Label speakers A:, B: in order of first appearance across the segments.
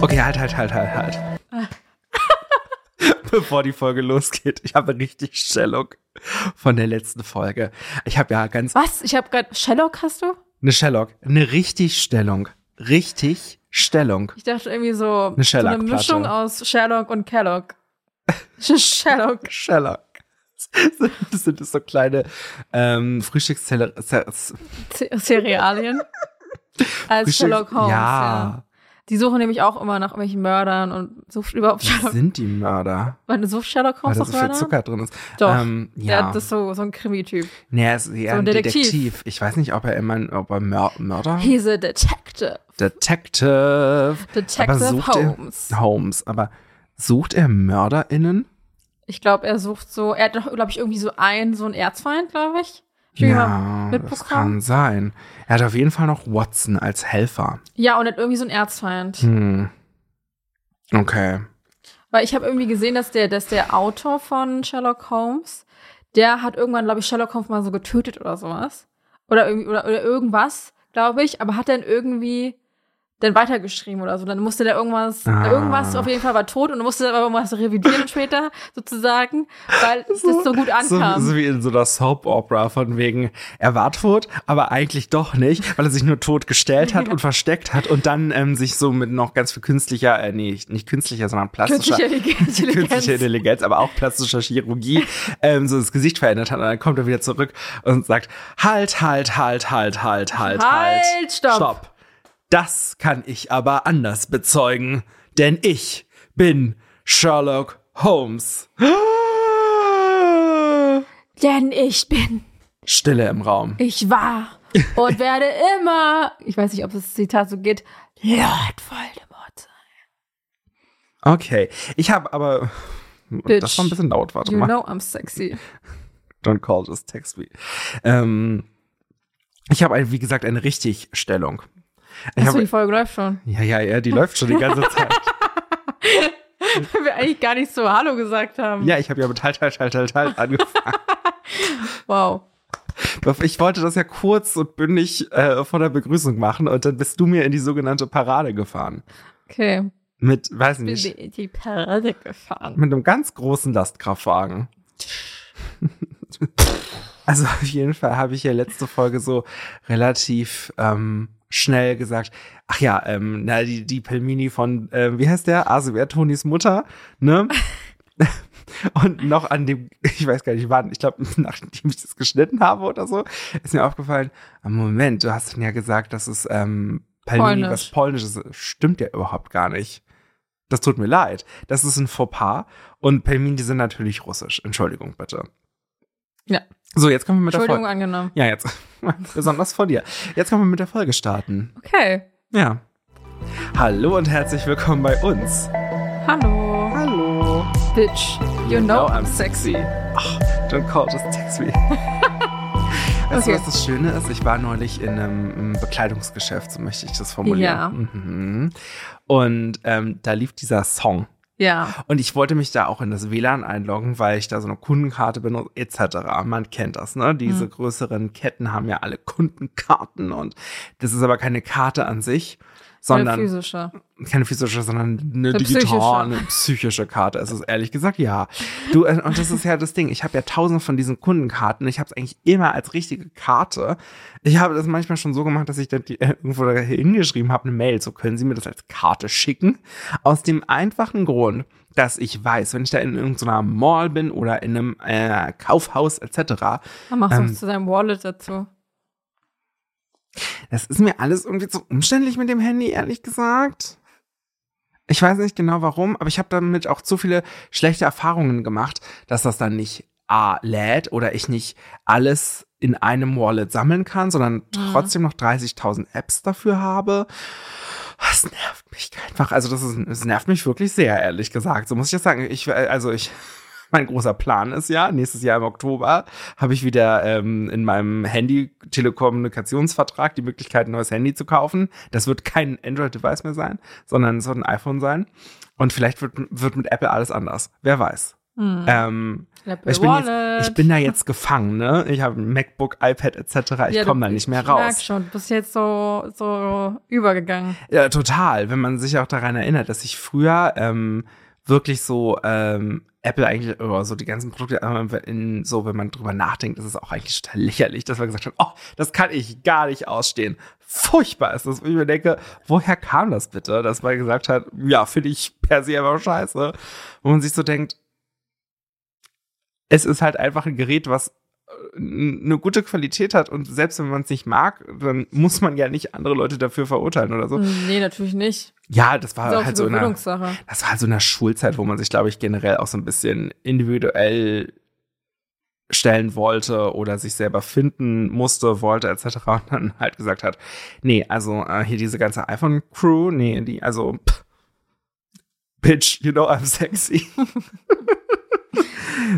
A: Okay, halt, halt, halt, halt, halt. Bevor die Folge losgeht, ich habe richtig Sherlock von der letzten Folge. Ich habe ja ganz
B: Was? Ich habe gerade. Sherlock hast du?
A: eine Sherlock, eine richtig Stellung, richtig Stellung.
B: Ich dachte irgendwie so.
A: Eine
B: so eine
A: Sherlock-Platte.
B: Mischung aus Sherlock und Kellogg. Sherlock.
A: Sherlock. Das sind so kleine ähm, Frühstückszelle.
B: C- Cerealien. Als Sherlock Holmes.
A: Ja,
B: Die suchen nämlich auch immer nach irgendwelchen Mördern und sucht überhaupt
A: das
B: Sherlock.
A: sind die Mörder.
B: Weil du suchst Sherlock
A: Weil
B: Holmes
A: da
B: nach
A: so viel
B: Mördern?
A: Zucker drin ist.
B: Doch.
A: Ähm,
B: ja.
A: ja.
B: das ist so, so ein Krimi-Typ.
A: nee, er ist eher
B: So
A: ein
B: ein
A: Detektiv.
B: Detektiv.
A: Ich weiß nicht, ob er immer ein- ob er Mör Mörder.
B: He's a detective.
A: Detective. aber
B: Detective
A: sucht
B: Holmes.
A: Er, Holmes. Aber sucht er MörderInnen?
B: Ich glaube, er sucht so, er hat doch, glaube ich, irgendwie so einen, so einen Erzfeind, glaube ich. Hab ich irgendwie mal
A: Ja, das kann
B: mitbekommen.
A: sein. Er hat auf jeden Fall noch Watson als Helfer.
B: Ja, und hat irgendwie so einen Erzfeind.
A: Hm. Okay.
B: Weil ich habe irgendwie gesehen, dass der, dass der Autor von Sherlock Holmes, der hat irgendwann, glaube ich, Sherlock Holmes mal so getötet oder sowas. Oder, irgendwie, oder, oder irgendwas, glaube ich, aber hat dann irgendwie dann weitergeschrieben oder so. Dann musste der irgendwas,
A: Ah.
B: irgendwas auf jeden Fall war tot und musste dann aber irgendwas revidieren später, sozusagen, weil das so gut
A: So,
B: ankam.
A: so wie in so einer Soap-Opera von wegen, er war tot, aber eigentlich doch nicht, weil er sich nur tot gestellt hat und versteckt hat und dann ähm, sich so mit noch ganz viel künstlicher, äh, nee, nicht künstlicher, sondern plastischer,
B: Künstliche Intelligenz.
A: künstlicher Intelligenz, aber auch plastischer Chirurgie, ähm, so das Gesicht verändert hat und dann kommt er wieder zurück und sagt, halt, halt, halt, halt, halt, halt, halt,
B: Halt, stopp.
A: stopp. Das kann ich aber anders bezeugen, denn ich bin Sherlock Holmes.
B: Denn ich bin,
A: Stille im Raum.
B: ich war und werde immer, ich weiß nicht, ob das Zitat so geht, Lord Voldemort sein.
A: Okay. Ich habe aber.
B: Bitch.
A: Das war ein bisschen laut, warte
B: You
A: mal.
B: know I'm sexy.
A: Don't call, just text me. Ähm, ich habe, ein- wie gesagt, eine Richtigstellung. Ich
B: Achso, die
A: habe,
B: Folge läuft schon.
A: ja, ja, ja, die läuft schon die ganze Zeit.
B: Weil wir eigentlich gar nicht so Hallo gesagt haben.
A: Ja, ich habe ja mit halt, halt, halt, halt, halt angefangen.
B: Wow.
A: Ich wollte das ja kurz und bündig äh, vor der Begrüßung machen und dann bist du mir in die sogenannte Parade gefahren.
B: Okay.
A: Mit, weiß
B: Bin
A: nicht,
B: die, die Parade gefahren.
A: mit einem ganz großen Lastkraftwagen. also auf jeden Fall habe ich ja letzte Folge so relativ ähm, schnell gesagt, ach ja, ähm, na, die, die Pelmini von, ähm, wie heißt der? Asiwer Tonis Mutter, ne? Und noch an dem, ich weiß gar nicht wann, ich glaube, nachdem ich das geschnitten habe oder so, ist mir aufgefallen, ah, Moment, du hast denn ja gesagt, dass es ähm, Palmini
B: Polnisch.
A: was Polnisches ist. Stimmt ja überhaupt gar nicht. Das tut mir leid. Das ist ein Fauxpas. Und Pelmini sind natürlich russisch. Entschuldigung, bitte.
B: Ja.
A: So, jetzt kommen wir mit der
B: Entschuldigung
A: Folge.
B: angenommen.
A: Ja, jetzt. Besonders von dir. Jetzt können wir mit der Folge starten.
B: Okay.
A: Ja. Hallo und herzlich willkommen bei uns.
B: Hallo.
A: Hallo.
B: Bitch. You know
A: Genau, ähm,
B: I'm
A: sexy. Ach, don't call, just text me. Weißt du,
B: Okay.
A: was das Schöne ist? Ich war neulich in einem Bekleidungsgeschäft, so möchte ich das formulieren.
B: Ja.
A: Mhm. Und ähm, da lief dieser Song.
B: Ja.
A: Und ich wollte mich da auch in das WLAN einloggen, weil ich da so eine Kundenkarte benutze, etc. Man kennt das, ne? Diese
B: Mhm.
A: größeren Ketten haben ja alle Kundenkarten und das ist aber keine Karte an sich,
B: Eine
A: sondern
B: physische.
A: keine physische, sondern eine,
B: Eine
A: digitale, eine psychische Karte. Es ist ehrlich gesagt, ja. Du, äh, und das ist ja das Ding. Ich habe ja tausend von diesen Kundenkarten. Ich habe es eigentlich immer als richtige Karte. Ich habe das manchmal schon so gemacht, dass ich dann die, äh, irgendwo da hingeschrieben habe, eine Mail. So können Sie mir das als Karte schicken. Aus dem einfachen Grund, dass ich weiß, wenn ich da in irgendeiner Mall bin oder in einem äh, Kaufhaus etc.,
B: Dann machst du
A: Ähm.
B: was zu deinem Wallet dazu.
A: Das ist mir alles irgendwie zu umständlich mit dem Handy, ehrlich gesagt. Ich weiß nicht genau warum, aber ich habe damit auch zu viele schlechte Erfahrungen gemacht, dass das dann nicht A lädt oder ich nicht alles in einem Wallet sammeln kann, sondern trotzdem noch 30.000 Apps dafür habe. Das nervt mich einfach. Also das, ist, das nervt mich wirklich sehr, ehrlich gesagt. So muss ich das sagen. Ich, äh, also ich, mein großer Plan ist ja, nächstes Jahr im Oktober habe ich wieder ähm, in meinem Handy-Telekommunikationsvertrag die Möglichkeit, ein neues Handy zu kaufen. Das wird kein Android-Device mehr sein, sondern es wird ein iPhone sein. Und vielleicht wird, wird mit Apple alles anders. Wer weiß.
B: Hm.
A: Ähm,
B: Apple
A: ich, bin
B: Wallet.
A: jetzt, ich bin da jetzt gefangen, ne? Ich habe ein MacBook, iPad etc. Ich
B: Ja, du-
A: komme da nicht mehr
B: ich merk
A: raus.
B: schon, du bist jetzt so, so übergegangen.
A: Ja, total. Wenn man sich auch daran erinnert, dass ich früher ähm, wirklich so ähm, Apple eigentlich oder so die ganzen Produkte äh, in, so, wenn man drüber nachdenkt, ist es auch eigentlich total lächerlich, dass man gesagt hat, oh, das kann ich gar nicht ausstehen. Furchtbar ist das. Und ich mir denke, woher kam das bitte, dass man gesagt hat, ja, finde ich per se einfach scheiße. Wo man sich so denkt, es ist halt einfach ein Gerät, was äh, eine gute Qualität hat und selbst wenn man es nicht mag, dann muss man ja nicht andere Leute dafür verurteilen oder so.
B: Nee, natürlich nicht.
A: Ja, das war
B: Das ist auch
A: halt
B: so
A: so in einer,
B: Gewöhnungssache.
A: das war halt so in der Schulzeit, wo man sich, glaube ich, generell auch so ein bisschen individuell stellen wollte oder sich selber finden musste, wollte, etc. Und dann halt gesagt hat, nee, also äh, hier diese ganze iPhone-Crew, nee, die, also, pff, bitch, you know I'm sexy.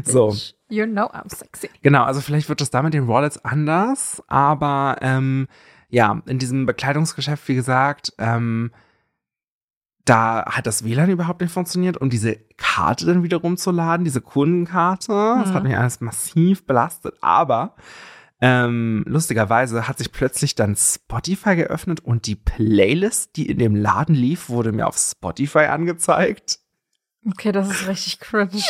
A: so.
B: Bitch, You know I'm sexy.
A: Genau, also vielleicht wird das da mit den Wallets anders, aber ähm, ja, in diesem Bekleidungsgeschäft, wie gesagt, ähm, da hat das WLAN überhaupt nicht funktioniert, um diese Karte dann wiederum zu laden, diese Kundenkarte. Das
B: Mhm.
A: hat mich alles massiv belastet, aber ähm, lustigerweise hat sich plötzlich dann Spotify geöffnet und die Playlist, die in dem Laden lief, wurde mir auf Spotify angezeigt.
B: Okay, das ist richtig cringe.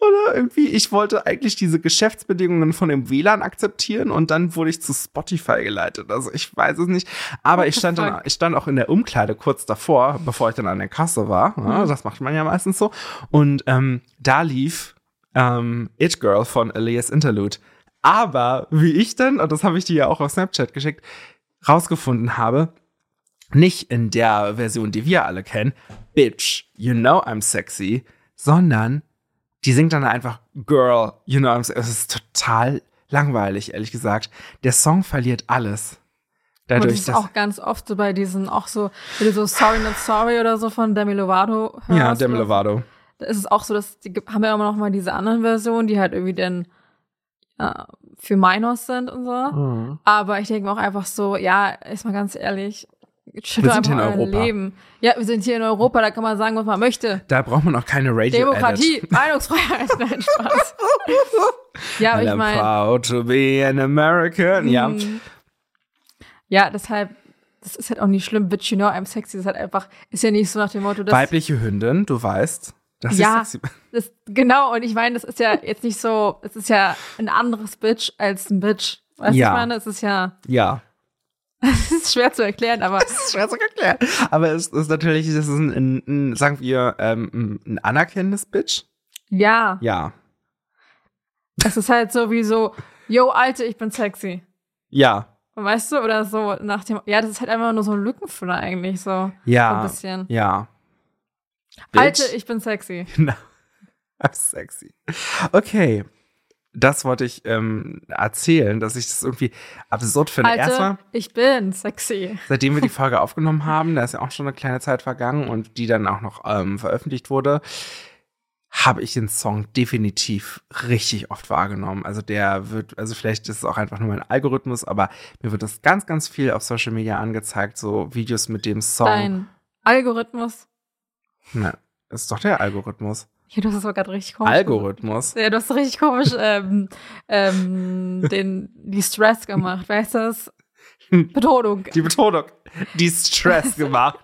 A: Oder irgendwie, ich wollte eigentlich diese Geschäftsbedingungen von dem WLAN akzeptieren und dann wurde ich zu Spotify geleitet. Also ich weiß es nicht. Aber
B: What
A: ich
B: the
A: stand, dann,
B: fuck?
A: ich stand auch in der Umkleide kurz davor, bevor ich dann an der Kasse war. Ja,
B: Mhm.
A: das macht man ja meistens so. Und ähm, da lief ähm, It Girl von Elias Interlude. Aber wie ich dann, und das habe ich dir ja auch auf Snapchat geschickt, rausgefunden habe, nicht in der Version, die wir alle kennen, Bitch, you know I'm sexy, sondern die singt dann einfach Girl, you know I'm sexy. Es ist total langweilig, ehrlich gesagt. Der Song verliert alles.
B: Und das
A: Dadurch,
B: ist
A: dass,
B: auch ganz oft so bei diesen, auch so, wenn du so Sorry Not Sorry oder so von Demi Lovato hörst.
A: ja, Demi
B: oder-
A: Lovato.
B: Da ist es auch so, dass die gibt- haben ja immer noch mal diese anderen Versionen, die halt irgendwie dann äh, für Minors sind und so. Aber ich denke mir auch einfach so, ja, ist mal ganz ehrlich, chill
A: Wir
B: doch
A: sind
B: einfach
A: hier in
B: euer
A: Europa.
B: Leben. Ja, wir sind hier in Europa, da kann man sagen, was man möchte.
A: Da braucht man auch keine Radio
B: Demokratie, Meinungsfreiheit, nein, Spaß. ja, aber
A: And
B: ich
A: I'm
B: meine,
A: proud to be an American. Ja.
B: Mhm. Ja, deshalb, das ist halt auch nicht schlimm, bitch, you know, I'm sexy. Das ist halt einfach, ist ja nicht so nach dem Motto, dass.
A: Weibliche Hündin, du weißt, dass
B: Ja.
A: ich sexy bin.
B: Das, genau, und ich meine, das ist ja jetzt nicht so, es ist ja ein anderes Bitch als ein Bitch. Weißt du,
A: Ja.
B: ich meine, es ist ja,
A: Ja.
B: es ist schwer zu erklären, aber
A: Das ist schwer zu erklären. Aber es ist natürlich, das ist ein, ein, ein sagen wir, ähm, ein ein anerkennendes Bitch.
B: ja,
A: Ja.
B: es ist halt so wie so, yo, Alte, ich bin sexy.
A: Ja.
B: Weißt du, oder so nach dem, ja, das ist halt einfach nur so ein Lückenfüller eigentlich, so, so ein
A: Ja.
B: bisschen.
A: Ja.
B: Alte, ich bin sexy.
A: Genau. Ach, Sexy. Okay. Das wollte ich ähm, erzählen, dass ich das irgendwie absurd finde. Erstmal,
B: Alte, ich bin sexy.
A: seitdem wir die Folge aufgenommen haben, da ist ja auch schon eine kleine Zeit vergangen und die dann auch noch ähm, veröffentlicht wurde, habe ich den Song definitiv richtig oft wahrgenommen. Also der wird, also vielleicht ist es auch einfach nur mein Algorithmus, aber mir wird das ganz, ganz viel auf Social Media angezeigt, so Videos mit dem Song.
B: Dein Algorithmus.
A: Na, ist doch der Algorithmus.
B: Ja, du hast es aber gerade richtig komisch.
A: Algorithmus.
B: Ja, du hast richtig komisch ähm, ähm, den, die Stress gemacht, weißt du das? Betonung.
A: Die Betonung. Die Stress gemacht.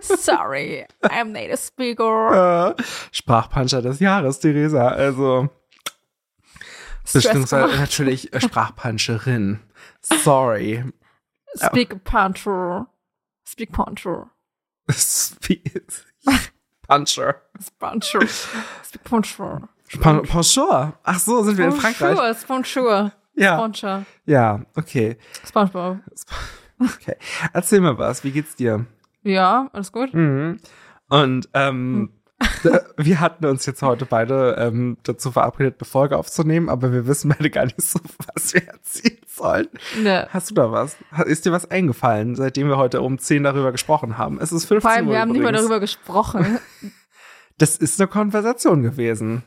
B: Sorry, I'm native speaker.
A: Äh, Sprachpanscher des Jahres, Theresa. Also,
B: Stress
A: beziehungsweise
B: gemacht.
A: natürlich äh, Sprachpanscherin. Sorry.
B: Speak Panther. Speak Panther.
A: Spe- Puncher.
B: Sponsor. Speak Panther.
A: Pan- Panchur. Ach so, sind wir in Frankreich.
B: Sponsor. Sponsor.
A: Ja,
B: Sponsor.
A: ja, okay.
B: Spongebob.
A: okay. Erzähl mir was, wie geht's dir?
B: Ja, alles gut.
A: Mhm. Und ähm, d- wir hatten uns jetzt heute beide ähm, dazu verabredet, eine Folge aufzunehmen, aber wir wissen beide gar nicht so, was wir erzählen sollen.
B: Ne.
A: Hast du da was? Ha- Ist dir was eingefallen, seitdem wir heute um 10 darüber gesprochen haben? Es ist 15
B: Vor allem,
A: Uhr
B: wir haben nicht mal
A: übrigens.
B: darüber gesprochen.
A: Das ist eine Konversation gewesen.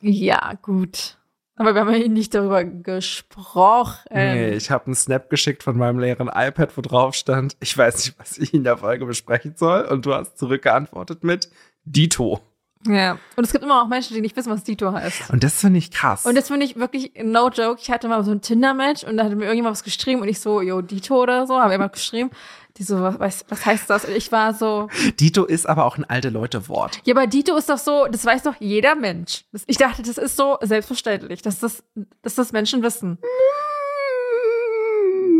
B: ja, gut. Aber wir haben ja nicht darüber gesprochen. Ähm,
A: nee, ich habe einen Snap geschickt von meinem leeren iPad, wo drauf stand, ich weiß nicht, was ich in der Folge besprechen soll. Und du hast zurückgeantwortet mit Dito.
B: Ja. Und es gibt immer noch Menschen, die nicht wissen, was Dito heißt.
A: Und das finde ich krass.
B: Und das finde ich wirklich, no joke, ich hatte mal so ein Tinder-Match und da hat mir irgendjemand was geschrieben und ich so, yo, Dito oder so, habe jemand geschrieben. Die so, was, was, was heißt das? Und ich war so,
A: Dito ist aber auch ein alte Leute-Wort.
B: ja, aber Dito ist doch so, das weiß doch jeder Mensch. Das, ich dachte, das ist so selbstverständlich, dass das, dass das Menschen wissen.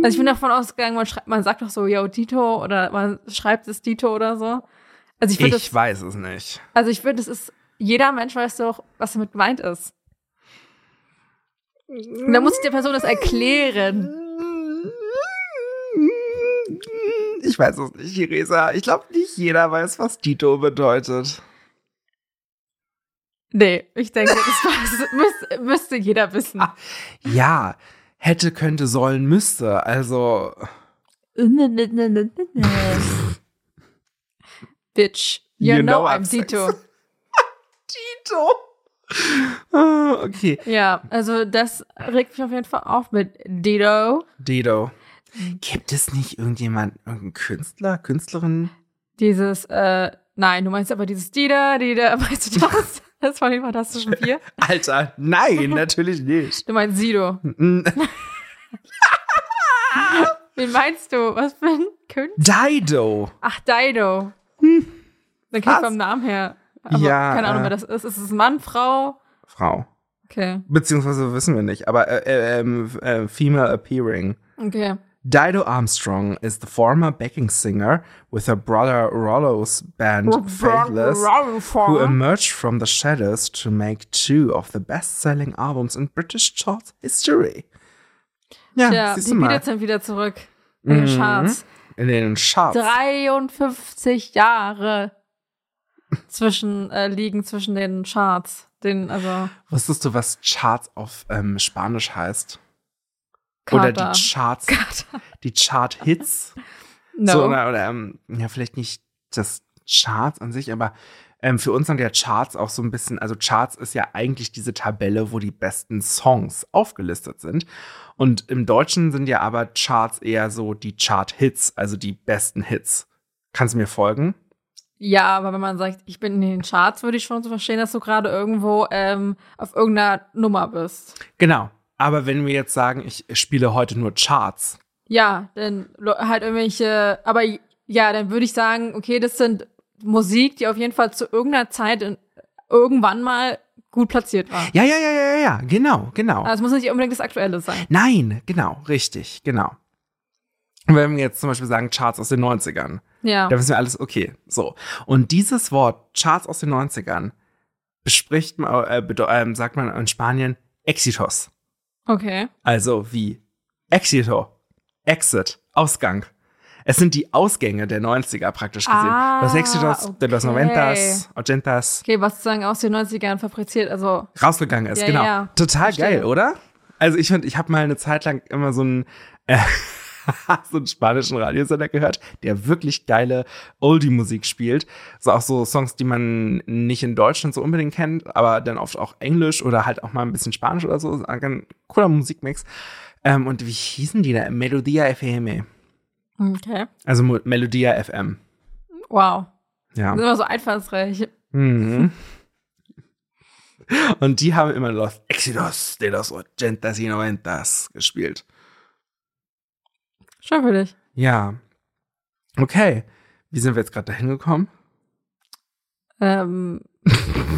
B: Also ich bin davon ausgegangen, man, schreibt, man sagt doch so, yo, Dito oder man schreibt es Dito oder so. Also ich
A: Ich
B: finde das,
A: weiß es nicht.
B: also ich finde, das ist, jeder Mensch weiß doch, was damit gemeint ist. Und dann muss ich der Person das erklären.
A: Ich weiß es nicht, Theresa. Ich glaube, nicht jeder weiß, was Dito bedeutet.
B: Nee, ich denke, das weiß, müsste, müsste jeder wissen.
A: Ah. Ja, hätte, könnte, sollen, müsste. Also,
B: Bitch, you, know, I'm Dito.
A: Dito. Ah, okay,
B: Ja, also das regt mich auf jeden Fall auf mit Dito.
A: Dito. Gibt es nicht irgendjemand, irgendeinen Künstler, Künstlerin?
B: Dieses, äh, nein, du meinst aber dieses Dida, Dida, weißt du das? Das war den fantastischen Bier.
A: Alter, nein, natürlich nicht.
B: Du meinst Sido.
A: Mm,
B: Wen meinst du? Was für ein Künstler?
A: Dido.
B: Ach, Dido. Dann kennt
A: Krass.
B: vom Namen her. Aber
A: Ja,
B: Keine Ahnung,
A: äh.
B: wer das ist. Ist es ein Mann, Frau?
A: Frau.
B: Okay.
A: Beziehungsweise wissen wir nicht, aber äh, äh, ähm, äh, female appearing.
B: Okay.
A: Dido Armstrong is the former backing singer with her brother Rollo's band Faithless, who emerged from the shadows to make two of the best-selling albums in British chart history. Ja,
B: Tja,
A: siehst
B: die
A: du mal. Mhm.
B: Beatles sind wieder zurück in den Charts.
A: In den Charts.
B: 53 Jahre zwischen äh, liegen zwischen den Charts. Den, also
A: Wusstest du, was Charts auf ähm, Spanisch heißt? Oder
B: Kater.
A: die Charts,
B: Kater.
A: die Chart-Hits?
B: No.
A: So, oder, oder ähm, ja, vielleicht nicht das Charts an sich, aber ähm, für uns sind ja Charts auch so ein bisschen, also Charts ist ja eigentlich diese Tabelle, wo die besten Songs aufgelistet sind. Und im Deutschen sind ja aber Charts eher so die Chart-Hits, also die besten Hits. Kannst du mir folgen?
B: ja, aber wenn man sagt, ich bin in den Charts, würde ich schon so verstehen, dass du gerade irgendwo ähm, auf irgendeiner Nummer bist.
A: Genau. Aber wenn wir jetzt sagen, ich spiele heute nur Charts,
B: Ja, denn lo- halt irgendwelche, aber j- ja, dann würde ich sagen, okay, das sind Musik, die auf jeden Fall zu irgendeiner Zeit in, irgendwann mal gut platziert war.
A: ja, ja, ja, ja, ja, ja, genau, genau.
B: Also es muss nicht unbedingt das Aktuelle sein.
A: Nein, genau, richtig, genau. Und Wenn wir jetzt zum Beispiel sagen, Charts aus den 90ern,
B: Ja.
A: Da wissen wir alles, okay, so. Und dieses Wort, Charts aus den 90ern, bespricht man, äh, bedeu- ähm, sagt man in Spanien Exitos.
B: Okay.
A: Also wie Exito, Exit, Ausgang. Es sind die Ausgänge der 90er praktisch gesehen.
B: Ah,
A: los Exitos de los
B: okay.
A: 90s, 80s,
B: Okay, was sozusagen aus den 90ern fabriziert, also
A: rausgegangen ist,
B: Ja,
A: genau.
B: ja,
A: Total
B: verstehe.
A: geil, oder? Also ich finde, ich habe mal eine Zeit lang immer so einen, äh, so einen spanischen Radiosender gehört, der wirklich geile Oldie-Musik spielt. So auch so Songs, die man nicht in Deutschland so unbedingt kennt, aber dann oft auch Englisch oder halt auch mal ein bisschen Spanisch oder so. Ist Ein cooler Musikmix. Ähm, und wie hießen die da? Melodia FM.
B: Okay.
A: Also Mo- Melodia FM.
B: Wow.
A: Ja.
B: Das ist immer so einfallsreich.
A: Mhm. Und die haben immer Los Exidos de los ochentas y noventas gespielt.
B: Schön für dich.
A: Ja. Okay. Wie sind wir jetzt gerade dahin gekommen?
B: Ähm,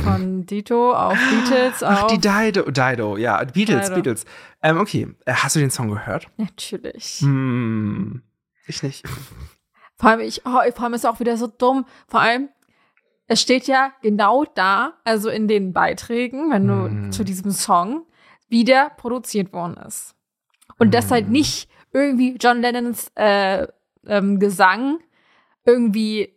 B: von Dito auf Beatles
A: Ach,
B: auf.
A: die Dido. Dido, ja. Beatles,
B: Dido.
A: Beatles. Ähm, okay. Äh, Hast du den Song gehört?
B: Natürlich.
A: Hm. Ich nicht.
B: Vor allem, ich, oh, vor allem ist auch wieder so dumm. Vor allem, es steht ja genau da, also in den Beiträgen, wenn du
A: Mhm.
B: zu diesem Song, wie der produziert worden ist. Und dass
A: Mhm.
B: halt nicht irgendwie John Lennons äh, ähm, Gesang irgendwie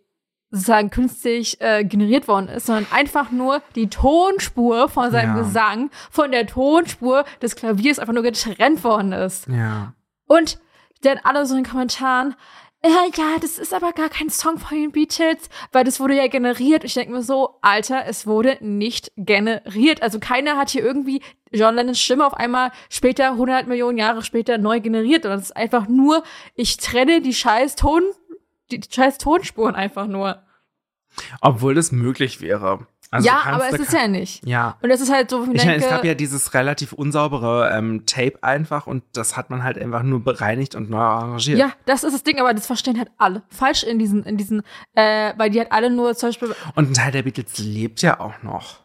B: sozusagen künstlich äh, generiert worden ist, sondern einfach nur die Tonspur von seinem
A: Ja.
B: Gesang von der Tonspur des Klaviers einfach nur getrennt worden ist.
A: Ja.
B: Und dann alle so in den Kommentaren, ja, ja, das ist aber gar kein Song von den Beatles, weil das wurde ja generiert. Und ich denke mir so, Alter, es wurde nicht generiert. Also keiner hat hier irgendwie John Lennons Stimme auf einmal später, 100 Millionen Jahre später neu generiert. Und das ist einfach nur, ich trenne die scheiß Ton, die, die scheiß Tonspuren einfach nur.
A: Obwohl das möglich wäre. Also
B: ja,
A: du kannst
B: aber es
A: da
B: ist
A: kein-
B: ja nicht.
A: Ja.
B: Und es ist halt so, wo ich mir
A: Ich meine,
B: denke,
A: es gab ja dieses relativ unsaubere ähm, Tape einfach und das hat man halt einfach nur bereinigt und neu arrangiert.
B: ja, das ist das Ding, aber das verstehen halt alle falsch in diesen, in diesen, äh, weil die halt alle nur zum Beispiel
A: Und ein Teil der Beatles lebt ja auch noch.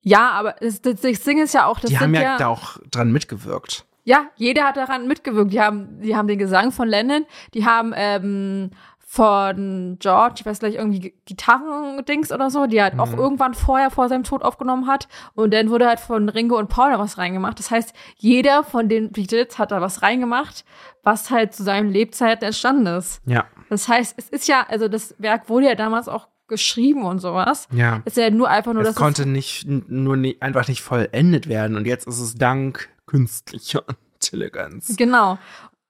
B: Ja, aber das, das, das Ding ist ja auch, das
A: die haben ja,
B: sind ja,
A: da auch dran mitgewirkt.
B: ja, jeder hat daran mitgewirkt. Die haben, die haben den Gesang von Lennon, die haben ähm, von George, ich weiß gleich, irgendwie G- Gitarrendings oder so, die halt auch
A: Mhm.
B: irgendwann vorher vor seinem Tod aufgenommen hat. Und dann wurde halt von Ringo und Paul da was reingemacht. Das heißt, jeder von den Beatles hat da was reingemacht, was halt zu seinen Lebzeiten entstanden ist.
A: Ja,
B: Das heißt, es ist ja, also das Werk wurde ja damals auch geschrieben und sowas.
A: ja.
B: Es ist ja nur einfach nur,
A: es
B: dass
A: konnte nicht n- nur nie, einfach nicht vollendet werden und jetzt ist es dank künstlicher Intelligenz.
B: Genau.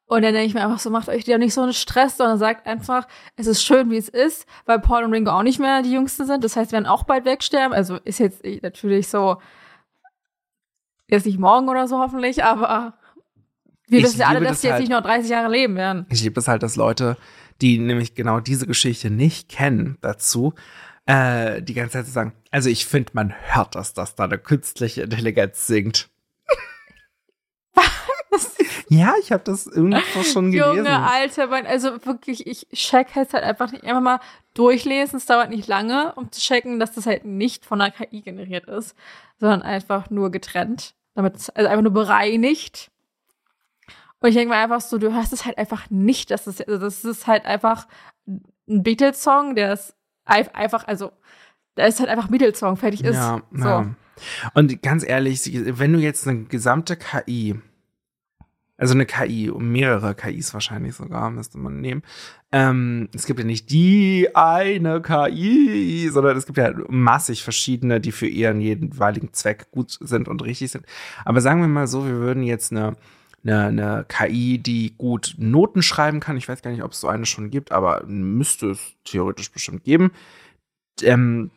B: Und dann denke ich mir einfach so, macht euch ja nicht so einen Stress, sondern sagt einfach, es ist schön, wie es ist, weil Paul und Ringo auch nicht mehr die Jüngsten sind. Das heißt, werden auch bald wegsterben. Also ist jetzt eh natürlich so, jetzt nicht morgen oder so hoffentlich, aber wir
A: Ich
B: wissen ja alle,
A: liebe
B: dass
A: das
B: die jetzt
A: halt.
B: nicht noch 30 Jahre leben werden.
A: Ich liebe es halt, dass Leute, die nämlich genau diese Geschichte nicht kennen, dazu äh, die ganze Zeit so sagen, also ich finde, man hört das, dass da eine künstliche Intelligenz singt. Ja, ich habe das irgendwo schon gelesen.
B: Junge, Alter, mein, also wirklich, ich check es halt einfach nicht. Einfach mal durchlesen, es dauert nicht lange, um zu checken, dass das halt nicht von einer KI generiert ist, sondern einfach nur getrennt. Damit es, also einfach nur bereinigt. Und ich denke mir einfach so, du hörst es halt einfach nicht. Das ist, also das ist halt einfach ein Beatles-Song, der ist eif- einfach, also, da ist halt einfach Beatles-Song, fertig ist.
A: Ja,
B: so.
A: ja. Und ganz ehrlich, sie- wenn du jetzt eine gesamte KI, also eine KI und mehrere KIs wahrscheinlich sogar, müsste man nehmen. Ähm, es gibt ja nicht die eine KI, sondern es gibt ja massig verschiedene, die für ihren jeweiligen Zweck gut sind und richtig sind. Aber sagen wir mal so, wir würden jetzt eine, eine, eine KI, die gut Noten schreiben kann. Ich weiß gar nicht, ob es so eine schon gibt, aber müsste es theoretisch bestimmt geben. Ähm,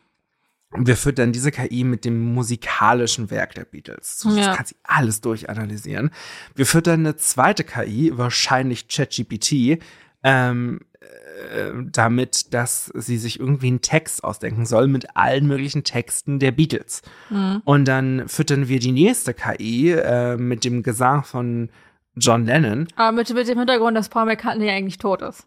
A: wir füttern diese KI mit dem musikalischen Werk der Beatles. So,
B: Ja.
A: Das kann sie alles durchanalysieren. Wir füttern eine zweite KI, wahrscheinlich ChatGPT, ähm, äh, damit, dass sie sich irgendwie einen Text ausdenken soll mit allen möglichen Texten der Beatles.
B: Mhm.
A: Und dann füttern wir die nächste KI äh, mit dem Gesang von John Lennon.
B: Aber mit, mit dem Hintergrund, dass Paul McCartney ja eigentlich tot ist.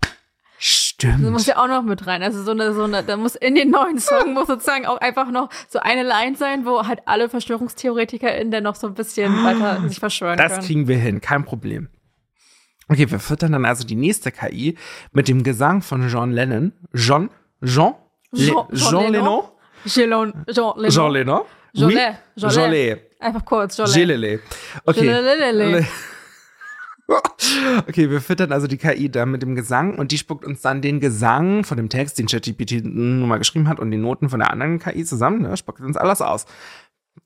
B: Das muss
A: Stimmt.
B: ja auch noch mit rein. Also so eine, so eine, da muss in den neuen Song muss sozusagen auch einfach noch so eine Line sein, wo halt alle VerschwörungstheoretikerInnen dann noch so ein bisschen weiter sich verschwören
A: Ah. Das
B: können.
A: kriegen wir hin, kein Problem. Okay, wir füttern dann also die nächste KI mit dem Gesang von John Lennon. John? John?
B: Jean- Jean Lennon? Jean, Jean, Lennon.
A: Jean Lennon?
B: Jolet,
A: Oui?
B: Jolet.
A: Jolet.
B: Einfach kurz, Jolet.
A: Gelele. Okay.
B: Gelele.
A: Okay, wir füttern also die KI da mit dem Gesang und die spuckt uns dann den Gesang von dem Text, den ChatGPT nun mal geschrieben hat und die Noten von der anderen KI zusammen, ne, spuckt uns alles aus.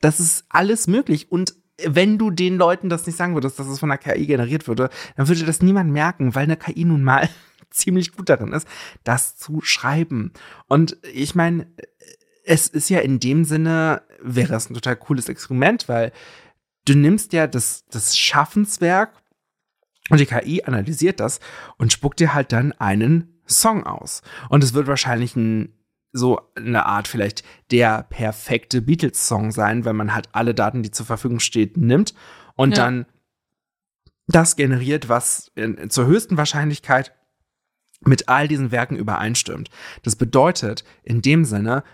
A: Das ist alles möglich und wenn du den Leuten das nicht sagen würdest, dass es von der KI generiert würde, dann würde das niemand merken, weil eine KI nun mal ziemlich gut darin ist, das zu schreiben. Und ich meine, es ist ja in dem Sinne, wäre es ein total cooles Experiment, weil du nimmst ja das, das Schaffenswerk und die KI analysiert das und spuckt dir halt dann einen Song aus. Und es wird wahrscheinlich ein, so eine Art vielleicht der perfekte Beatles-Song sein, wenn man halt alle Daten, die zur Verfügung steht, nimmt und
B: Ja.
A: dann das generiert, was in, zur höchsten Wahrscheinlichkeit mit all diesen Werken übereinstimmt. Das bedeutet in dem Sinne,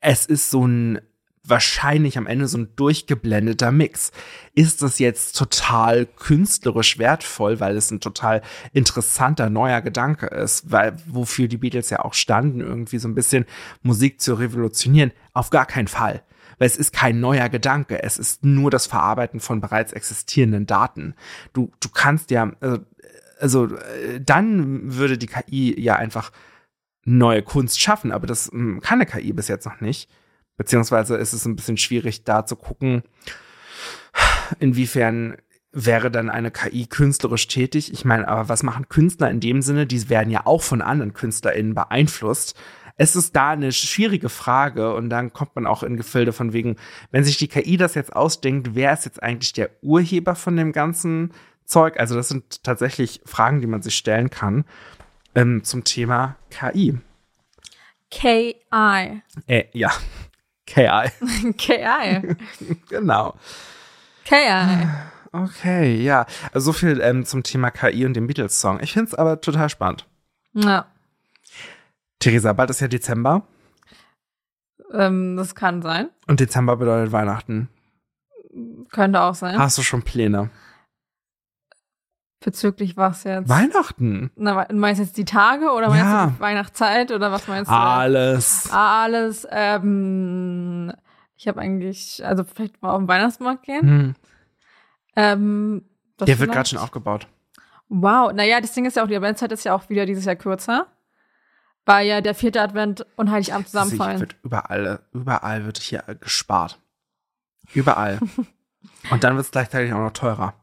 A: es ist so ein wahrscheinlich am Ende so ein durchgeblendeter Mix. Ist das jetzt total künstlerisch wertvoll, weil es ein total interessanter neuer Gedanke ist, weil wofür die Beatles ja auch standen, irgendwie so ein bisschen Musik zu revolutionieren? Auf gar keinen Fall. Weil es ist kein neuer Gedanke, es ist nur das Verarbeiten von bereits existierenden Daten. Du, du kannst ja, also, also äh, dann würde die KI ja einfach neue Kunst schaffen, aber das mm, kann eine KI bis jetzt noch nicht. Beziehungsweise ist es ein bisschen schwierig, da zu gucken, inwiefern wäre dann eine KI künstlerisch tätig. Ich meine, aber was machen Künstler in dem Sinne? Die werden ja auch von anderen KünstlerInnen beeinflusst. Es ist da eine schwierige Frage und dann kommt man auch in Gefilde von wegen, wenn sich die KI das jetzt ausdenkt, wer ist jetzt eigentlich der Urheber von dem ganzen Zeug? Also das sind tatsächlich Fragen, die man sich stellen kann. ähm, zum Thema KI.
B: KI.
A: Äh, ja, KI,
B: KI.
A: genau.
B: KI.
A: Ah. Okay, ja. Also so viel ähm, zum Thema KI und dem Beatles-Song. Ich finde es aber total spannend.
B: Ja,
A: Theresa, bald ist ja Dezember
B: ähm, das kann sein.
A: und Dezember bedeutet Weihnachten.
B: Könnte auch sein.
A: Hast du schon Pläne?
B: Bezüglich was jetzt?
A: Weihnachten?
B: Na, we- meinst du jetzt die Tage oder meinst
A: Ja.
B: du die Weihnachtszeit oder was meinst du? Ah,
A: Alles.
B: Alles, ähm, ich habe eigentlich, also vielleicht mal auf den Weihnachtsmarkt gehen.
A: Hm.
B: Ähm, das
A: Der wird
B: vielleicht.
A: gerade schon aufgebaut.
B: Wow, naja, das Ding ist ja auch, die Adventszeit ist ja auch wieder dieses Jahr kürzer, weil ja der vierte Advent und Heiligabend
A: Sie-
B: zusammenfallen.
A: Wird überall, überall wird hier gespart. Überall. und dann wird es gleichzeitig auch noch teurer.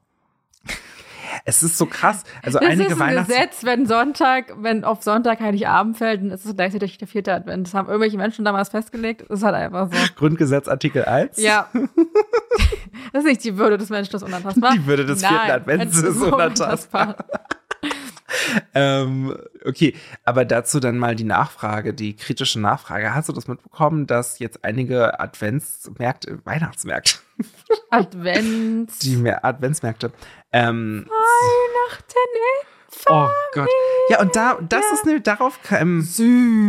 A: Es ist so krass. Also
B: Das
A: einige
B: ist ein
A: Weihnachts
B: Gesetz, wenn Sonntag, wenn auf Sonntag Heiligabend fällt, dann ist es gleichzeitig der vierte Advent. Das haben irgendwelche Menschen damals festgelegt. Das ist halt einfach so.
A: Grundgesetz Artikel 1.
B: Ja. das ist nicht die Würde des Menschen, das ist unantastbar.
A: Die Würde des
B: Nein,
A: vierten Advents
B: es
A: ist unantastbar. Ähm, okay, aber dazu dann mal die Nachfrage, die kritische Nachfrage. Hast du das mitbekommen, dass jetzt einige Adventsmärkte, Weihnachtsmärkte,
B: Advents.
A: die mehr Adventsmärkte, ähm,
B: Weihnachten
A: oh Gott. Ja, und da, das ist nämlich darauf, ähm,
B: Sie,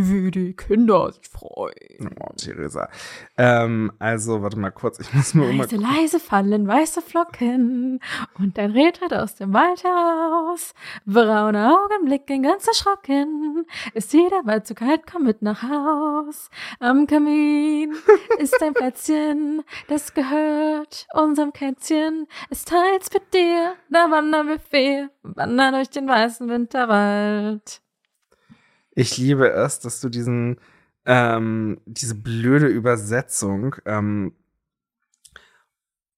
B: wie die Kinder sich freuen.
A: Oh, Theresa. Ähm, also, warte mal kurz, ich muss nur immer.
B: Leise, leise fallen weiße Flocken und ein Reh tritt aus dem Wald heraus. Braune Augen blicken ganz erschrocken. Ist jeder Wald zu kalt, komm mit nach Haus. Am Kamin ist ein Plätzchen, das gehört unserem Kätzchen. Es teils mit dir, da wandern wir vier, wandern durch den weißen Winterwald.
A: Ich liebe es, dass du diesen, ähm, diese blöde Übersetzung, ähm,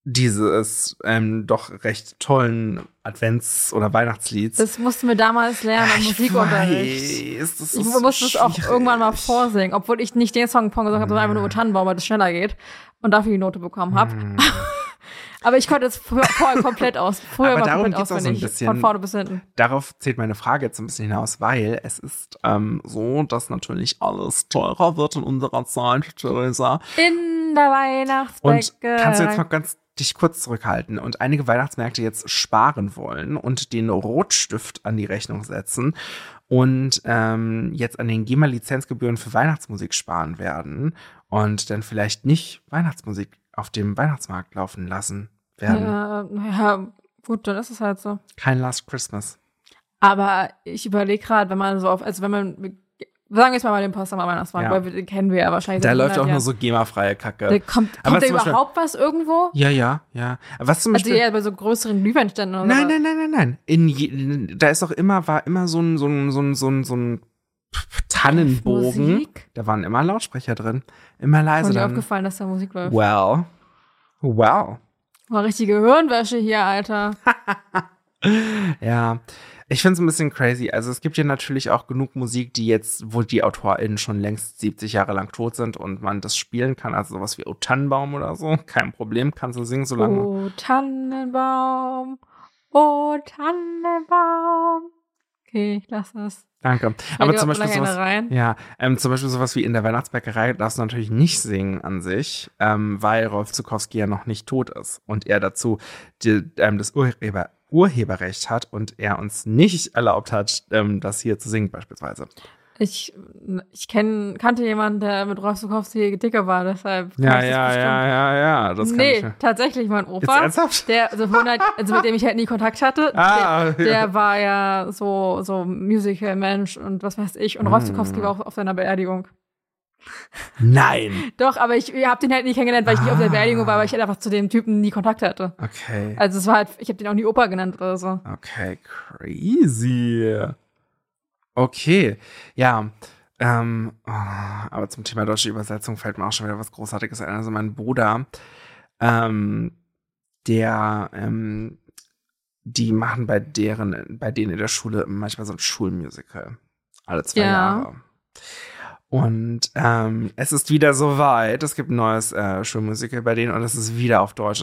A: dieses ähm, doch recht tollen Advents- oder Weihnachtslieds. Ah,
B: Das mussten wir damals lernen im
A: Ich
B: Musikunterricht.
A: weiß, das
B: Ich
A: ist
B: muss
A: so
B: das auch
A: schwierig. Mm.
B: irgendwann mal vorsingen, obwohl ich nicht den Song Pong gesungen habe, sondern einfach nur Tannenbaum, weil das schneller geht und dafür die Note bekommen habe.
A: Hm.
B: Aber ich konnte es früher, vorher komplett aus. Früher
A: Aber
B: war
A: darum
B: komplett
A: geht's auch so ein
B: auswendig,
A: bisschen.
B: von vorne bis hinten.
A: Darauf zählt meine Frage jetzt ein bisschen hinaus, weil es ist ähm, so, dass natürlich alles teurer wird in unserer Zeit, Theresa.
B: In der Weihnachtsbäcke.
A: Und kannst du jetzt mal ganz dich kurz zurückhalten und einige Weihnachtsmärkte jetzt sparen wollen und den Rotstift an die Rechnung setzen und ähm, jetzt an den GEMA-Lizenzgebühren für Weihnachtsmusik sparen werden und dann vielleicht nicht Weihnachtsmusik auf dem Weihnachtsmarkt laufen lassen werden.
B: ja, naja, gut, dann ist es halt so.
A: Kein Last Christmas.
B: Aber ich überlege gerade, wenn man so auf, also wenn man, sagen wir jetzt mal bei dem Potsdamer Weihnachtsmarkt,
A: Ja.
B: weil wir, den kennen wir ja wahrscheinlich.
A: Da
B: seit
A: läuft auch
B: 100
A: nur
B: Jahren.
A: so GEMA-freie
B: Da
A: Kacke.
B: kommt,
A: Aber
B: kommt da
A: zum Beispiel-
B: überhaupt was irgendwo?
A: Ja, ja, ja. Was zum
B: Also
A: Beispiel.
B: eher bei so größeren Glühweinständen oder
A: Nein,
B: was?
A: nein, nein, nein, nein. In je, da ist auch immer, war immer so ein, so ein, so ein, so ein, so ein Tannenbogen.
B: Musik?
A: Da waren immer Lautsprecher drin. Immer leise
B: Also mir
A: dann.
B: aufgefallen, dass da Musik läuft.
A: Well. Well.
B: War richtige Hirnwäsche hier, Alter.
A: Ja. Ich finde es ein bisschen crazy. Also es gibt ja natürlich auch genug Musik, die jetzt, wo die AutorInnen schon längst 70 Jahre lang tot sind und man das spielen kann. Also sowas wie O Tannenbaum oder so. Kein Problem, kannst du singen, solange.
B: Oh, Tannenbaum. Oh, Tannenbaum. Okay, ich lass das.
A: Danke.
B: Ich
A: Aber
B: leg
A: zum
B: auch
A: Beispiel
B: lange
A: sowas.
B: eine rein.
A: Ja, ähm, zum Beispiel sowas wie in der Weihnachtsbäckerei darfst du natürlich nicht singen an sich, ähm, weil Rolf Zukowski ja noch nicht tot ist und er dazu die, ähm, das Urheber, Urheberrecht hat und er uns nicht erlaubt hat, ähm, das hier zu singen beispielsweise.
B: Ich, ich kenn, kannte jemanden, der mit Rolf Zukowski dicke war, deshalb. kann ich das bestimmt.
A: ja, ja,
B: nee, tatsächlich, mein
A: Jetzt
B: Opa,
A: ernsthaft?
B: der so 100, also mit dem ich halt nie Kontakt hatte,
A: Ah,
B: der,
A: ja.
B: der war ja so, so Musical-Mensch und was weiß ich. Und Rolf
A: Mm.
B: Zukowski war auch auf seiner Beerdigung.
A: Nein.
B: Doch, aber ich habe den halt nie kennengelernt, weil ich nie auf der
A: Ah.
B: Beerdigung war, weil ich halt einfach zu dem Typen nie Kontakt hatte.
A: Okay.
B: Also es war halt, ich habe den auch nie Opa genannt oder so.
A: Okay, crazy. Okay, ja. Ähm, oh, aber zum Thema deutsche Übersetzung fällt mir auch schon wieder was Großartiges ein. Also mein Bruder, ähm, der, ähm, die machen bei deren, bei denen in der Schule manchmal so ein Schulmusical. Alle zwei
B: Ja.
A: Jahre. Und ähm, es ist wieder soweit. Es gibt ein neues äh, Schulmusical bei denen und es ist wieder auf Deutsch.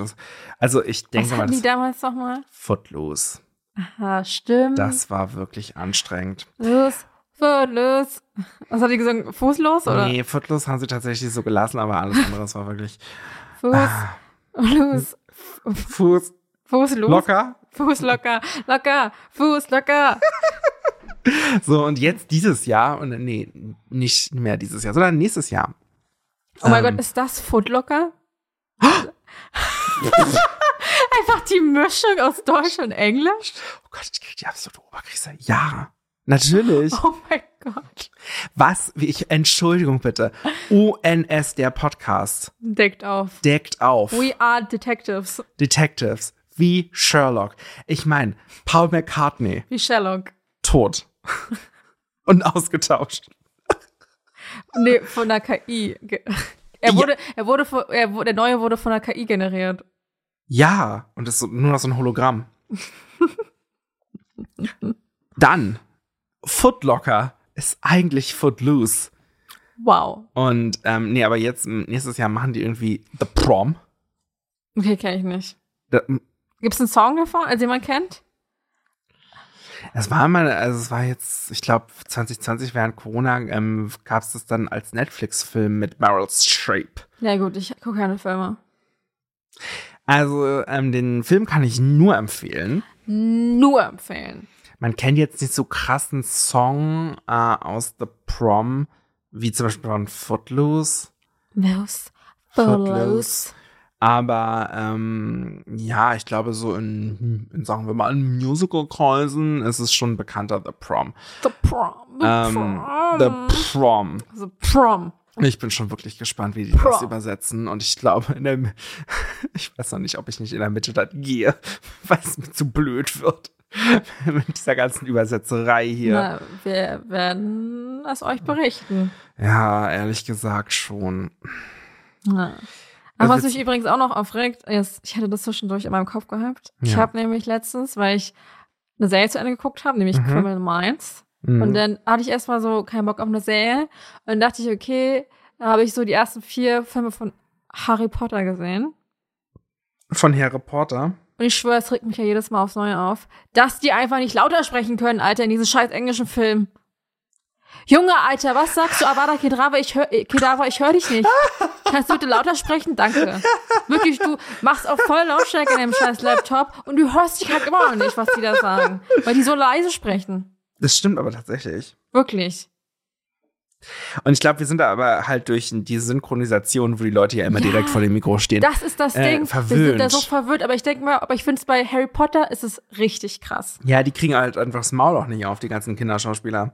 A: Also ich denke
B: Was
A: mal,
B: hatten die
A: das
B: damals nochmal?
A: Footloose.
B: Aha, stimmt.
A: Das war wirklich anstrengend.
B: Los, Fuß, los. Was hat die gesungen? Fußlos oder?
A: Nee, Footloose haben sie tatsächlich so gelassen, aber alles andere, das war wirklich
B: Fuß,
A: ah,
B: los.
A: Fuß
B: Fuß los.
A: locker.
B: Fuß locker, locker, Fuß locker.
A: So, und jetzt dieses Jahr, und nee, nicht mehr dieses Jahr, sondern nächstes Jahr.
B: Oh mein
A: Ähm.
B: Gott, ist das Footlocker? Einfach die Mischung aus Deutsch und Englisch?
A: Oh Gott, ich krieg die absolute Oberkrise. Ja, natürlich.
B: Oh mein Gott.
A: Was, wie ich, Entschuldigung bitte. ONS, der Podcast,
B: Deckt auf.
A: deckt auf.
B: We are detectives.
A: Detectives, wie Sherlock. Ich meine, Paul McCartney,
B: Wie Sherlock.
A: tot. und ausgetauscht.
B: Nee, von der KI. ge- Er
A: Ja.
B: wurde, er wurde, von, er, wu- der neue wurde von der KI generiert.
A: Ja, und das ist so- nur noch so ein Hologramm. Dann, Footlocker ist eigentlich Footloose.
B: Wow.
A: Und ähm, nee, aber jetzt m, nächstes Jahr machen die irgendwie The Prom.
B: Okay, kenne ich nicht.
A: Da- m,
B: Gibt's einen Song davon, als jemand kennt?
A: Es war mal, also es war jetzt, ich glaube 2020 während Corona ähm, gab es das dann als Netflix-Film mit Meryl Streep.
B: Ja gut, ich gucke keine Filme.
A: Also ähm, den Film kann ich nur empfehlen.
B: Nur empfehlen.
A: Man kennt jetzt nicht so krassen Song äh, aus The Prom wie zum Beispiel von Footloose.
B: Los,
A: Footloose.
B: Footloose.
A: Aber ähm, ja, ich glaube, so in, in, sagen wir mal, in Musical-Kreisen ist es schon bekannter The Prom.
B: The Prom. The
A: Ähm,
B: Prom.
A: The Prom.
B: The Prom.
A: Ich bin schon wirklich gespannt, wie die das
B: Prom.
A: übersetzen. Und ich glaube, in der, Mi- ich weiß noch nicht, ob ich nicht in der Mitte dann gehe, weil es mir zu blöd wird. Mit dieser ganzen Übersetzerei hier.
B: Na, wir werden es euch berichten.
A: Ja, ehrlich gesagt schon.
B: Ja. Aber
A: Das
B: was mich übrigens auch noch aufregt, ist, ich hatte das zwischendurch in meinem Kopf gehabt. Ich
A: Ja.
B: habe nämlich letztens, weil ich eine Serie zu Ende geguckt habe, nämlich
A: Mhm.
B: Criminal Minds.
A: Hm.
B: Und dann hatte ich erstmal so keinen Bock auf eine Serie. Und dann dachte ich, okay, da habe ich so die ersten vier Filme von Harry Potter gesehen.
A: Von Herr Reporter.
B: Und ich schwöre, es regt mich ja jedes Mal aufs Neue auf, dass die einfach nicht lauter sprechen können, Alter, in diesem scheiß englischen Film. Junge, Alter, was sagst du, Avada Kedavra, ich höre ich hör dich nicht. Kannst du bitte lauter sprechen? Danke. Wirklich, du machst auf voll Lautstärke in dem scheiß Laptop und du hörst dich halt immer noch nicht, was die da sagen. Weil die so leise sprechen.
A: Das stimmt aber tatsächlich.
B: Wirklich.
A: Und ich glaube, wir sind da aber halt durch die Synchronisation, wo die Leute ja immer
B: Ja.
A: direkt vor dem Mikro stehen.
B: Das ist das
A: Äh,
B: Ding. Wir
A: verwöhnt.
B: sind da so verwirrt, aber ich denke mal, aber ich finde es bei Harry Potter ist es richtig krass.
A: ja, die kriegen halt einfach das Maul auch nicht auf, die ganzen Kinderschauspieler.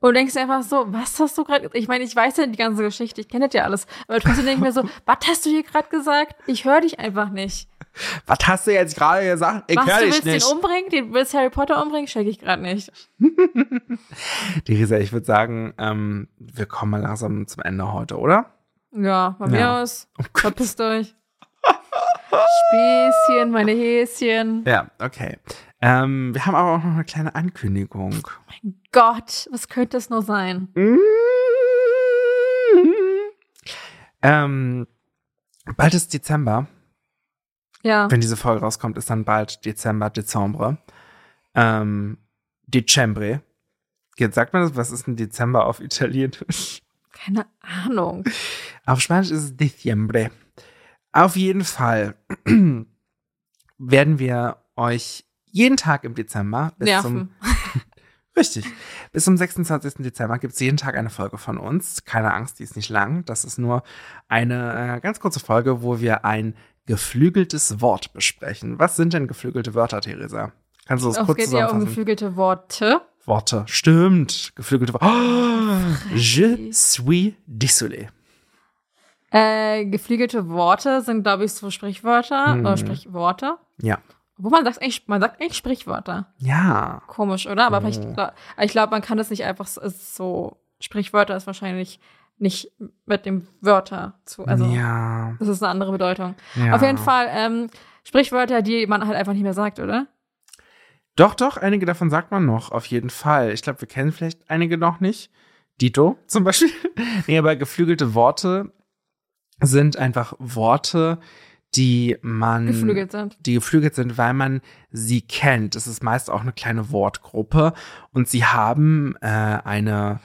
B: Und du denkst dir einfach so, was hast du gerade Ich meine, ich weiß ja die ganze Geschichte, ich kenne das ja alles. Aber trotzdem denke ich mir so, was hast du hier gerade gesagt? Ich höre dich einfach nicht.
A: Was hast du jetzt gerade gesagt? Ich
B: was,
A: hör
B: du
A: dich
B: willst
A: nicht.
B: den um? umbringen? Den willst Harry Potter umbringen? Check ich gerade nicht.
A: Theresa, ich würde sagen, ähm, wir kommen mal langsam zum Ende heute, oder?
B: Ja, von mir
A: Ja.
B: aus.
A: Oh Gott.
B: Verpisst euch. Späßchen, meine Häschen.
A: Ja, okay. Ähm, wir haben aber auch noch eine kleine Ankündigung.
B: Gott, was könnte es nur sein?
A: Ähm, bald ist Dezember.
B: Ja,
A: Wenn diese Folge rauskommt, ist dann bald Dezember, Dezember. Ähm, Dezembre. Jetzt sagt man das, was ist ein Dezember auf Italienisch?
B: keine Ahnung.
A: Auf Spanisch ist es Diciembre. Auf jeden Fall werden wir euch jeden Tag im Dezember bis zum
B: Nerven.
A: richtig bis zum 26. Dezember gibt es jeden Tag eine Folge von uns. Keine Angst, die ist nicht lang. Das ist nur eine äh, ganz kurze Folge, wo wir ein geflügeltes Wort besprechen. Was sind denn geflügelte Wörter, Theresa? Kannst du das
B: Es
A: kurz
B: geht ja um
A: zusammenfassen?
B: geflügelte Worte.
A: Worte. Stimmt. Geflügelte Worte. Oh, je suis désolé.
B: Äh, geflügelte Worte sind, glaube ich, so Sprichwörter
A: Mhm.
B: oder Sprichworte.
A: Ja.
B: Wo man sagt eigentlich, man sagt eigentlich Sprichwörter.
A: Ja.
B: Komisch, oder? Aber
A: Mhm.
B: vielleicht, glaub- ich glaube, man kann das nicht einfach so, ist so. Sprichwörter ist wahrscheinlich nicht mit dem Wörter zu. Also
A: ja,
B: das ist eine andere Bedeutung.
A: ja.
B: Auf jeden Fall ähm, Sprichwörter, die man halt einfach nicht mehr sagt, oder?
A: Doch, doch, einige davon sagt man noch, auf jeden Fall. Ich glaube, wir kennen vielleicht einige noch nicht. Dito zum Beispiel. nee, aber geflügelte Worte sind einfach Worte, die man
B: geflügelt sind.
A: die geflügelt sind, weil man sie kennt. Es ist meist auch eine kleine Wortgruppe und sie haben äh, eine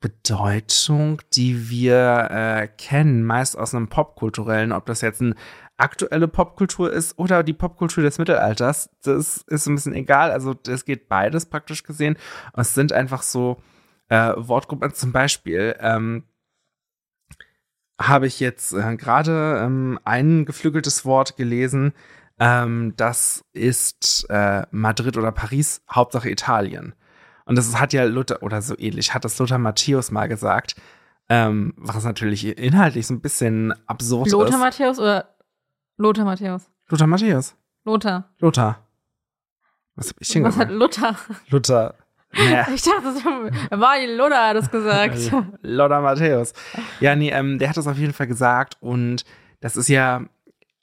A: Bedeutung, die wir äh, kennen, meist aus einem popkulturellen, ob das jetzt eine aktuelle Popkultur ist oder die Popkultur des Mittelalters, das ist ein bisschen egal. Also es geht beides praktisch gesehen. Es sind einfach so äh, Wortgruppen. Zum Beispiel ähm, habe ich jetzt äh, gerade ähm, ein geflügeltes Wort gelesen. Ähm, das ist äh, Madrid oder Paris, Hauptsache Italien. Und das hat ja Luther oder so ähnlich, hat das Luther Matthäus mal gesagt, ähm, was natürlich inhaltlich so ein bisschen absurd
B: Lothar
A: ist.
B: Matthäus oder Lothar Matthäus?
A: Luther Matthäus.
B: Lothar.
A: Luther. Was hab ich denn
B: Was hat
A: gesagt?
B: Luther?
A: Luther. Naja. Also,
B: Ich dachte, das war Martin Luther hat das gesagt.
A: Lothar Matthäus. Ja, nee, ähm, der hat das auf jeden Fall gesagt und das ist ja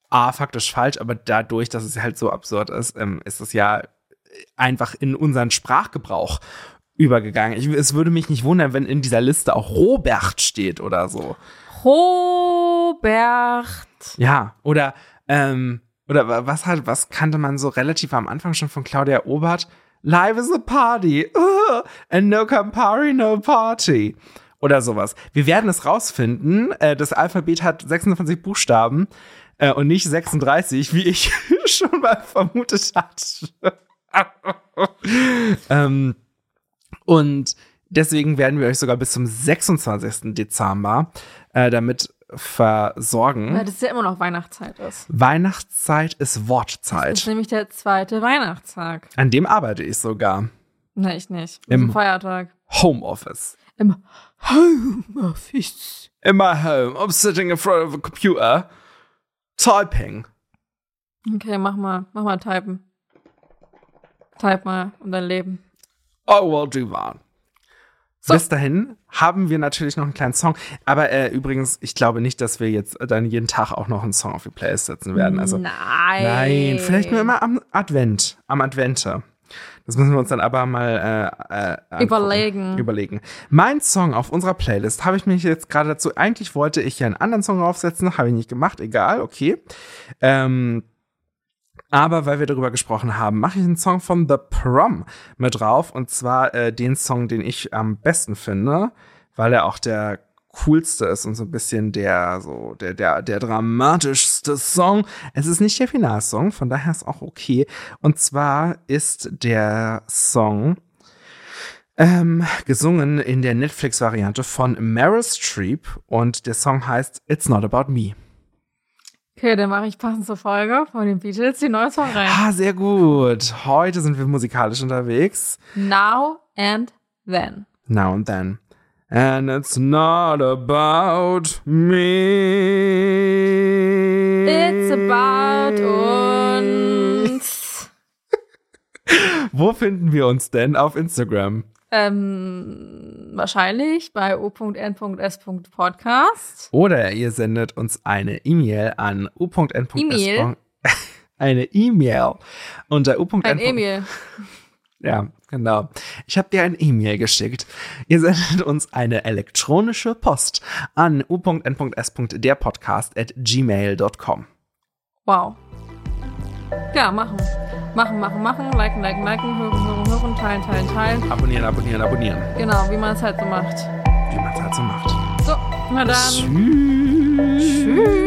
A: A, faktisch falsch, aber dadurch, dass es halt so absurd ist, ähm, ist es ja einfach in unseren Sprachgebrauch übergegangen. Ich, es würde mich nicht wundern, wenn in dieser Liste auch Robert steht oder so.
B: Robert.
A: Ja, oder, ähm, oder wa- was halt, was kannte man so relativ am Anfang schon von Claudia Obert? Live is a party. Uh, and no Campari, no party. Oder sowas. Wir werden es rausfinden. Äh, das Alphabet hat 26 Buchstaben äh, und nicht 36, wie ich schon mal vermutet hatte. ähm, und deswegen werden wir euch sogar bis zum 26. Dezember äh, damit versorgen.
B: Weil das ja immer noch Weihnachtszeit ist.
A: Weihnachtszeit ist
B: Das ist
A: Wortzeit.
B: nämlich der zweite Weihnachtstag.
A: An dem arbeite ich sogar.
B: Ne, ich nicht.
A: Im-
B: Im Feiertag.
A: Homeoffice.
B: Im Homeoffice.
A: In my home, I'm sitting in front of a computer, typing.
B: Okay, mach mal, mach mal typen. Type mal um dein Leben.
A: I will Oh, do that.
B: So.
A: Bis dahin haben wir natürlich noch einen kleinen Song. Aber äh, übrigens, ich glaube nicht, dass wir jetzt dann jeden Tag auch noch einen Song auf die Playlist setzen
B: Mhm.
A: werden. Also,
B: nein.
A: nein, vielleicht nur immer am Advent, am Advente. Das müssen wir uns dann aber mal äh, äh, angucken.
B: Überlegen.
A: überlegen. Mein Song auf unserer Playlist habe ich mich jetzt gerade dazu. Eigentlich wollte ich ja einen anderen Song draufsetzen, habe ich nicht gemacht, egal, okay. Ähm, aber weil wir darüber gesprochen haben, mache ich einen Song von The Prom mit drauf. Und zwar äh, den Song, den ich am besten finde, weil er auch der coolste ist und so ein bisschen der so der der der dramatischste Song. Es ist nicht der Finalsong, von daher ist auch okay. Und zwar ist der Song ähm, gesungen in der Netflix-Variante von Meryl Streep und der Song heißt It's Not About Me.
B: Okay, dann mache ich passend zur Folge von den Beatles die neue Song rein.
A: Ah, sehr gut. Heute sind wir musikalisch unterwegs.
B: Now and then.
A: Now and then. And it's not about me.
B: It's about
A: Äh.
B: uns.
A: Wo finden wir uns denn auf Instagram?
B: Ähm, wahrscheinlich bei o.n.s.podcast.
A: Oder ihr sendet uns eine E-Mail an u.n.
B: E-Mail?
A: Eine E-Mail unter u.n.
B: Ein Emil.
A: Ja, genau. Ich habe dir ein E-Mail geschickt. Ihr sendet uns eine elektronische Post an u.n.s.derpodcast at gmail.com.
B: Wow. Ja, machen. Machen, machen, machen. Liken, liken, liken. Hören, hören, hören. Teilen, teilen, teilen.
A: Abonnieren, abonnieren, abonnieren.
B: Genau, wie man es halt so macht.
A: Wie man es halt so macht.
B: So, na dann.
A: Tschüss.
B: Tschüss.